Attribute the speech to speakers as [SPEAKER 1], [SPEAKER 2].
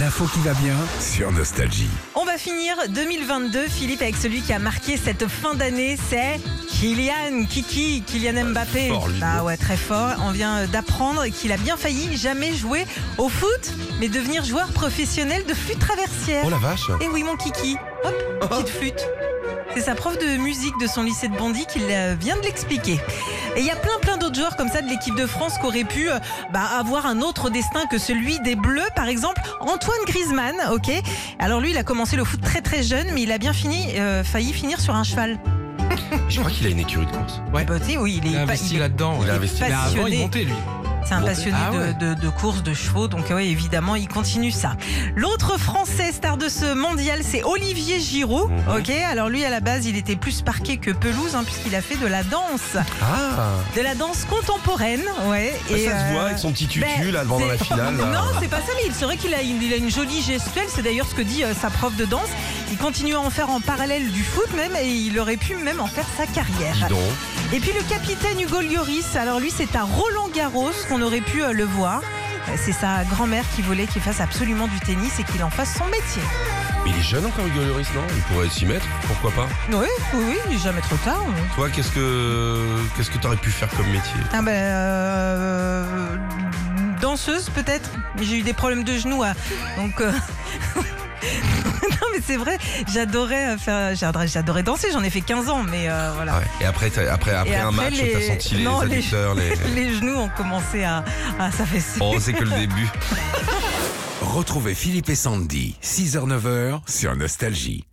[SPEAKER 1] L'info qui va bien sur Nostalgie.
[SPEAKER 2] On va finir 2022, Philippe, avec celui qui a marqué cette fin d'année, c'est Kylian Kiki, Kylian Mbappé.
[SPEAKER 3] Ah, fort, lui,
[SPEAKER 2] bah
[SPEAKER 3] non
[SPEAKER 2] ouais, très fort. On vient d'apprendre qu'il a bien failli jamais jouer au foot, mais devenir joueur professionnel de flûte traversière.
[SPEAKER 3] Oh la vache
[SPEAKER 2] Et Eh oui, mon Kiki, hop,
[SPEAKER 4] Ah.
[SPEAKER 2] petite flûte. C'est sa prof de musique de son lycée de Bondy qui euh, vient de l'expliquer. Et il y a plein plein d'autres joueurs comme ça de l'équipe de France qui auraient pu euh, bah, avoir un autre destin que celui des Bleus, par exemple Antoine Griezmann, ok. Alors lui, il a commencé le foot très très jeune, mais il a bien fini, euh, failli finir sur un cheval.
[SPEAKER 3] Je crois qu'il a une écurie de course.
[SPEAKER 4] Ouais.
[SPEAKER 2] Bah, tu sais, oui, il
[SPEAKER 4] Il
[SPEAKER 2] est
[SPEAKER 4] a
[SPEAKER 2] pas-
[SPEAKER 4] investi
[SPEAKER 2] il est-
[SPEAKER 4] là-dedans.
[SPEAKER 3] il a
[SPEAKER 4] ouais.
[SPEAKER 3] investi.
[SPEAKER 4] Mais avant, il
[SPEAKER 2] passionné.
[SPEAKER 4] montait, lui.
[SPEAKER 2] C'est un
[SPEAKER 3] Bon,
[SPEAKER 2] passionné
[SPEAKER 4] ah
[SPEAKER 2] de,
[SPEAKER 4] ouais.
[SPEAKER 2] de- de courses, de chevaux, donc oui, évidemment, il continue ça. L'autre Français star de ce mondial, c'est Olivier Giroud.
[SPEAKER 3] Mhm.
[SPEAKER 2] Ok, alors lui, à la base, il était plus parqué que pelouse, hein, puisqu'il a fait de la danse,
[SPEAKER 3] Ah
[SPEAKER 2] de la danse contemporaine, ouais.
[SPEAKER 3] Bah, Ça se
[SPEAKER 2] euh,
[SPEAKER 3] voit avec son petit tutu
[SPEAKER 2] ben,
[SPEAKER 3] là devant dans la
[SPEAKER 2] c'est-
[SPEAKER 3] finale. là.
[SPEAKER 2] Non, c'est pas ça, mais il serait qu'il a, une- il a une jolie gestuelle. C'est d'ailleurs ce que dit euh, sa prof de danse. Il continue à en faire en parallèle du foot même, et il aurait pu même en faire sa carrière.
[SPEAKER 3] Dis donc.
[SPEAKER 2] Et puis le capitaine Hugo Lloris, alors lui c'est à Roland Garros qu'on aurait pu euh, le voir. Euh, C'est sa grand-mère qui voulait qu'il fasse absolument du tennis et qu'il en fasse son métier.
[SPEAKER 3] Mais il est jeune encore Hugo Lloris, non Il pourrait s'y mettre, pourquoi pas
[SPEAKER 2] Oui, oui, oui, il est jamais trop tard. hein.
[SPEAKER 3] Toi, qu'est-ce que qu'est-ce que t'aurais pu faire comme métier
[SPEAKER 2] Ah ben, euh, danseuse peut-être. J'ai eu des problèmes de genoux, ah, donc. euh, non mais c'est vrai, j'adorais euh, faire, j'adorais, j'adorais danser. J'en ai fait 15 ans, mais euh, voilà.
[SPEAKER 3] Ah ouais. Et après, t'as- après, après un
[SPEAKER 2] après,
[SPEAKER 3] match,
[SPEAKER 2] les-
[SPEAKER 3] t'as senti les
[SPEAKER 2] non, les-
[SPEAKER 3] adducteurs, les...
[SPEAKER 2] Les genoux ont commencé à, à s'affaisser.
[SPEAKER 3] Oh, c'est que le début.
[SPEAKER 1] Retrouvez Philippe et Sandy, 6h-9h sur Nostalgie.